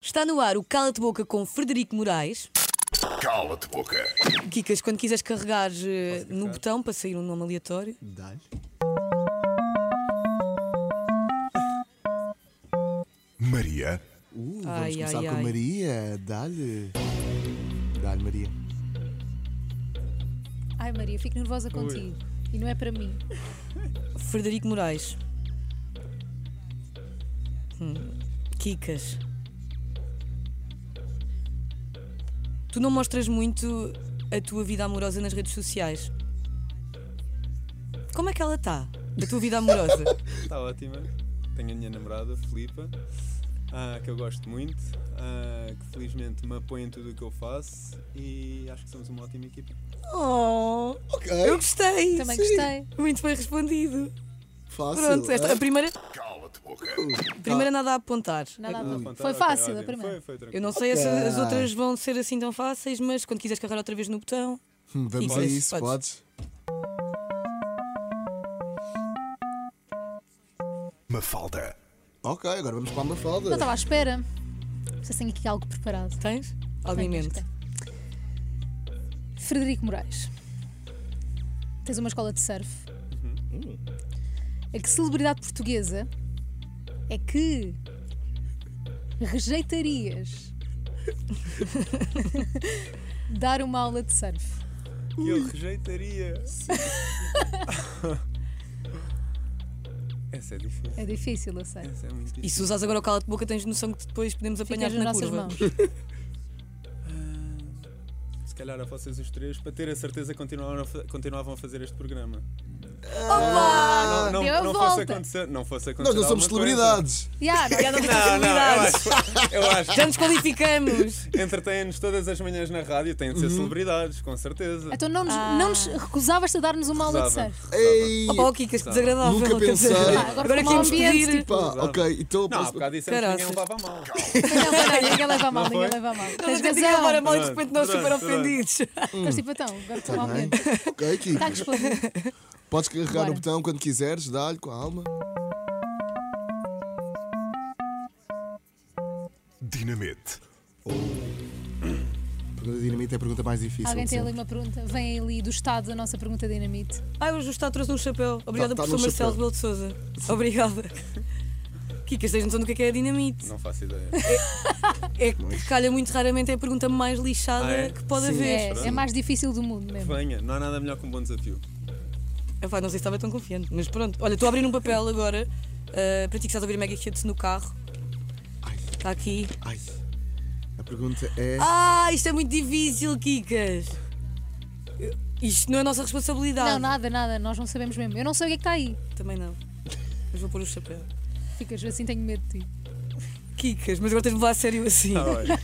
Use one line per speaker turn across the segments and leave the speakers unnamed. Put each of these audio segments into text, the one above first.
Está no ar o Cala-te Boca com Frederico Moraes.
Cala-te boca.
Kikas, quando quiseres carregar eh, no botão para sair um nome aleatório.
Dá-lhe.
Maria,
Uh, vamos
Ai,
começar
ai,
com a
ai.
Maria. Dá-lhe. Dá-lhe, Maria.
Ai Maria, fico nervosa contigo. E não é para mim.
Frederico Moraes. Hum, Kikas. Tu não mostras muito a tua vida amorosa nas redes sociais. Como é que ela está? A tua vida amorosa?
Está Tá ótima. Tenho a minha namorada, Filipa, ah, que eu gosto muito, ah, que felizmente me apoia em tudo o que eu faço e acho que somos uma ótima equipa.
oh, eu gostei.
Também gostei.
Muito bem respondido.
Fácil.
Pronto, esta, a
é?
primeira,
cala-te boca.
a primeira é nada a apontar.
Nada a
Está a
ver.
apontar?
Foi
Ok,
fácil a
é ótimo.
primeira.
Foi, foi tranquilo.
Eu não sei se as
Ok.
outras vão ser assim tão fáceis, mas quando quiseres carregar outra vez no botão.
Hum, Vamos a
Podes,
isso,
podes.
podes.
Mafalda,
Ok, agora vamos para a Mafalda.
Não
Então,
estava à espera. Vocês têm aqui algo preparado.
Tens?
Tenho,
Obviamente.
acho que tenho. Frederico Moraes. Tens uma escola de surf.
Uhum.
A que celebridade portuguesa é que rejeitarias dar uma aula de surf?
Que eu rejeitaria. Essa é difícil.
É difícil, eu sei.
Essa é muito difícil.
E se usares agora o cala de boca, tens noção que depois podemos apanhar
Ficas nas
na
nossas
curva.
mãos.
Ah, Se calhar a vocês os três, para ter a certeza, continuaram a fa- continuavam a fazer este programa. Ah, não,
Deu a
não, não fosse
volta.
acontecer. Não fosse acontecer.
Nós não somos
alguma coisa.
celebridades.
Yeah,
Já não tens
Não, não, eu
possibilidades.
acho, eu acho
Já nos qualificamos.
entretêm-nos todas as manhãs na rádio, têm de ser celebridades, com certeza.
Então não nos, não nos recusavas a dar-nos uma aula de
Usava.
surf.
Ei!
Opa, oh, Kikas, que desagradável.
Tá. Nunca
quer dizer.
pensei.
Pá, agora
Agora
foi um
queremos
ambiente,
pedir.
tipo-
Pá, ok, então a
Não, há
próxima-
bocado dissemos que ninguém
Caraças.
levava a mal.
Não, não, não, ninguém leva a mal,
Não
ninguém
foi?
leva a mal.
Nós temos
Tens
que levar a
razão.
mal e de repente nós
Pronto,
super
pronto, pronto.
ofendidos.
Estás tipo, então, agora
Tá bem.
totalmente.
Ok, Kiko.
Tá
Está respondido.
Podes carregar
Bora.
no botão quando quiseres, dá-lhe com a alma.
dinamite,
Pergunta dinamite é a pergunta mais difícil.
Alguém
de
tem ali
sempre.
uma pergunta? Vem ali do estado da nossa pergunta dinamite.
Ai, hoje o Estado trouxe um chapéu. Obrigada,
Tá- tá
professor
num
Marcelo
chapéu.
Rebelo de Souza. Obrigada. Kikas, tens noção do que é que é a dinamite?
Não faço ideia.
É que calha muito raramente é a pergunta mais lixada
Ah, é?
que pode haver.
É, é mais difícil do mundo mesmo.
Venha, não há nada melhor que um bom desafio.
Epá, não sei se estava tão confiante, mas pronto. Olha, estou a abrir um papel agora ah, para ti que estás a ouvir Mega Hits no carro.
Ai,
Está aqui.
ai. A pergunta é.
Ah, isto é muito difícil, Kikas. Eu- Isto não é nossa responsabilidade.
Não, nada, nada, nós não sabemos mesmo. Eu não sei o que é que está aí.
Também não. Mas vou pôr o chapéu.
Ficas assim, tenho medo de ti.
Kikas, mas agora tens de levar a sério assim.
Tá
Ah, olha,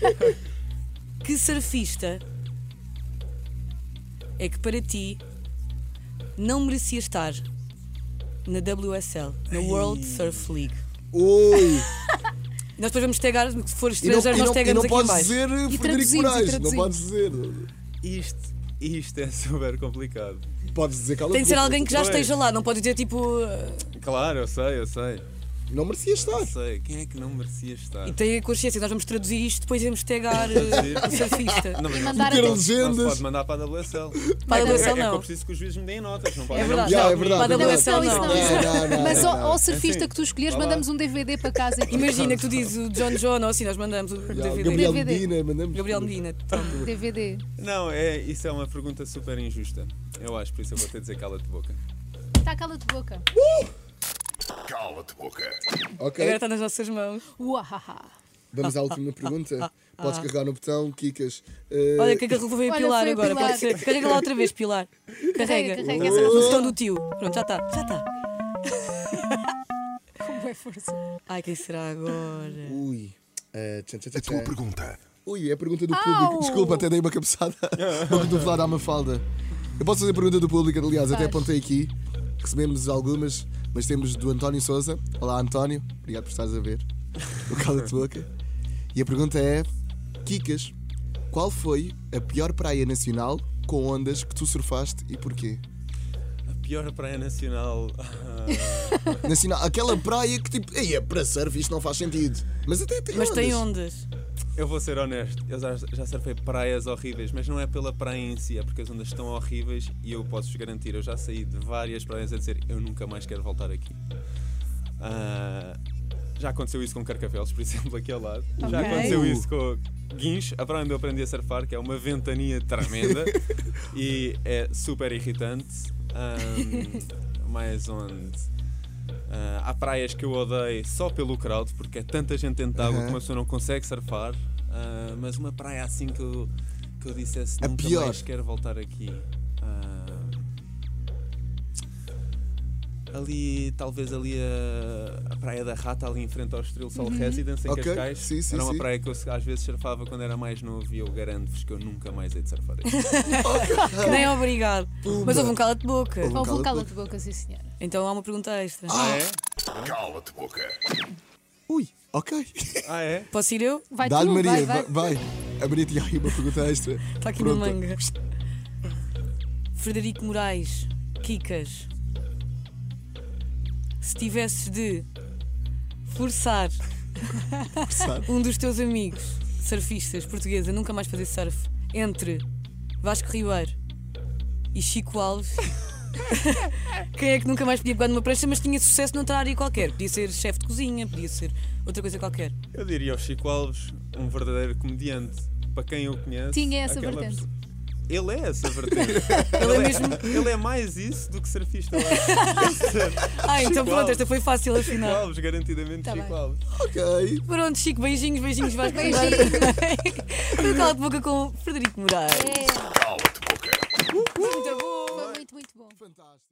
Que surfista é que para ti não merecia estar na WSL, na World Surf League?
Oi!
Nós depois vamos tagar, se for
E não,
estrangeiro,
e não-
nós
e
tagamos
não
aqui em
podes
baixo.
dizer
traduzimos,
Frederico
e
Moraes, não
traduzimos.
podes dizer.
isto, isto é super complicado.
Podes dizer que ela-
Tem de ser alguém que já
Pois.
esteja lá, não pode dizer tipo. eh,
Claro, eu sei, eu sei.
Não merecia estar.
Eu sei. Quem é que não merecia estar?
E tem a consciência, nós vamos traduzir isto, depois iremos tagar eh,
Traduzir.
o surfista.
Não, mas não,
Mandar
se
Ter
até-
pode- não se
legendas.
pode mandar para a WSL.
Para a
É, é,
WSL
que eu
não.
preciso que os juízes me deem notas. Não podem
verdade.
não
Yeah,
me
é
dar
verdade.
Para a
é verdade.
WSL não.
Não, não,
Mas
Ah, não,
ao, ao
não.
surfista
Assim,
que tu escolheres,
vá lá.
mandamos um DVD para casa.
Imagina que tu dizes o John John ou assim, nós mandamos o
Já, o
DVD.
Gabriel
DVD.
Medina, mandamos.
Gabriel Medina. toma.
Um DVD.
Não, é, isso é uma pergunta super injusta. Eu acho, por isso eu vou ter de dizer cala-te boca.
Está cala de Tá, boca.
cala-te boca.
Ok,
Agora está nas nossas mãos.
Uahaha.
vamos à última pergunta. Podes carregar no botão, Kikas. Eh,
Olha que agarrou veio a
Olha,
Pilar
foi a
agora,
Pilar.
pode ser. Carrega lá outra vez, Pilar. Carrega.
Carrega,
No
carrega essa pessoa.
botão do tio. Pronto, já está, já está.
Como é força.
Ai, quem será agora?
Ui. Eh, tchan, tchan, tchan,
A tua
tchan.
pergunta,
Ui, é a pergunta do
Au!
público. Desculpa, até dei uma cabeçada. Uma cotovelada à Mafalda. Eu posso fazer a pergunta do público, aliás, até
Faz.
apontei aqui. Recebemos algumas, mas temos do António Souza. Olá, António. Obrigado por estares a ver. O cala de boca. E a pergunta é: Kikas, qual foi a pior praia nacional com ondas que tu surfaste e porquê?
A pior praia nacional. Ah,
Nacional, aquela praia que tipo, ei, é para surf, isto não faz sentido. Mas até tem
Mas
ondas.
tem ondas.
Eu vou ser honesto, eu já, já surfei praias horríveis, mas não é pela praia em si, é porque as ondas estão horríveis e eu posso-vos garantir, eu já saí de várias praias a dizer eu nunca mais quero voltar aqui. Ah, já aconteceu isso com Carcavelos, por exemplo, aqui ao lado. Já
Ok.
aconteceu isso com Guincho, a praia onde eu aprendi a surfar, que é uma ventania tremenda e é super irritante. Ahm, mais onde? Ah, há praias que eu odeio só pelo crowd, porque é tanta gente dentro de água
Aham.
que uma pessoa não consegue surfar. Ah, mas uma praia assim que eu, que eu dissesse
A
nunca
pior.
mais quero voltar aqui. Ah, ali, talvez ali a, a Praia da Rata, ali em frente ao Estrela Sol Residence, em
Uhum. Ok,
Cascais.
sim, sim,
era uma
sim.
praia que eu às vezes surfava quando era mais novo e eu garanto-vos que eu nunca mais hei de surfar aqui.
Nem é obrigado. Mas houve um cala-de-boca.
Houve.
Ou vou
cala-te
cala-te boca, sim senhora.
Então há uma pergunta extra.
ah, é?
Cala-te boca.
Ui, ok.
Ah, é?
Posso ir eu?
Vai
Dá-lhe
tu,
Maria,
vai, vai.
vai. A Maria tinha aí uma pergunta extra.
Está Tá aqui
Pronto.
na manga. Frederico Moraes, Kikas. Se tivesses de forçar um dos teus amigos surfistas portugueses a nunca mais fazer surf entre Vasco Ribeiro e Chico Alves, quem é que nunca mais podia pegar numa prancha, mas tinha sucesso noutra área qualquer? Podia ser chefe de cozinha, podia ser outra coisa qualquer.
Eu diria ao Chico Alves, um verdadeiro comediante. Para quem o conhece.
Tinha essa
aquela
vertente.
pessoa- Ele é essa vertente.
Ele é mesmo.
Ele é mais isso do que surfista. eu acho.
Ah, então
Chico
pronto,
Alves.
esta foi fácil
Chico
afinal.
Alves, garantidamente
Tá
Chico
bem.
Alves.
Ok.
Pronto, Chico, beijinhos, beijinhos, vais para
Beijinho.
Foi o Cala de Boca com Frederico Moraes.
É,
Cala-te boca.
Muito bom.
foi muito, muito bom.
Fantástico.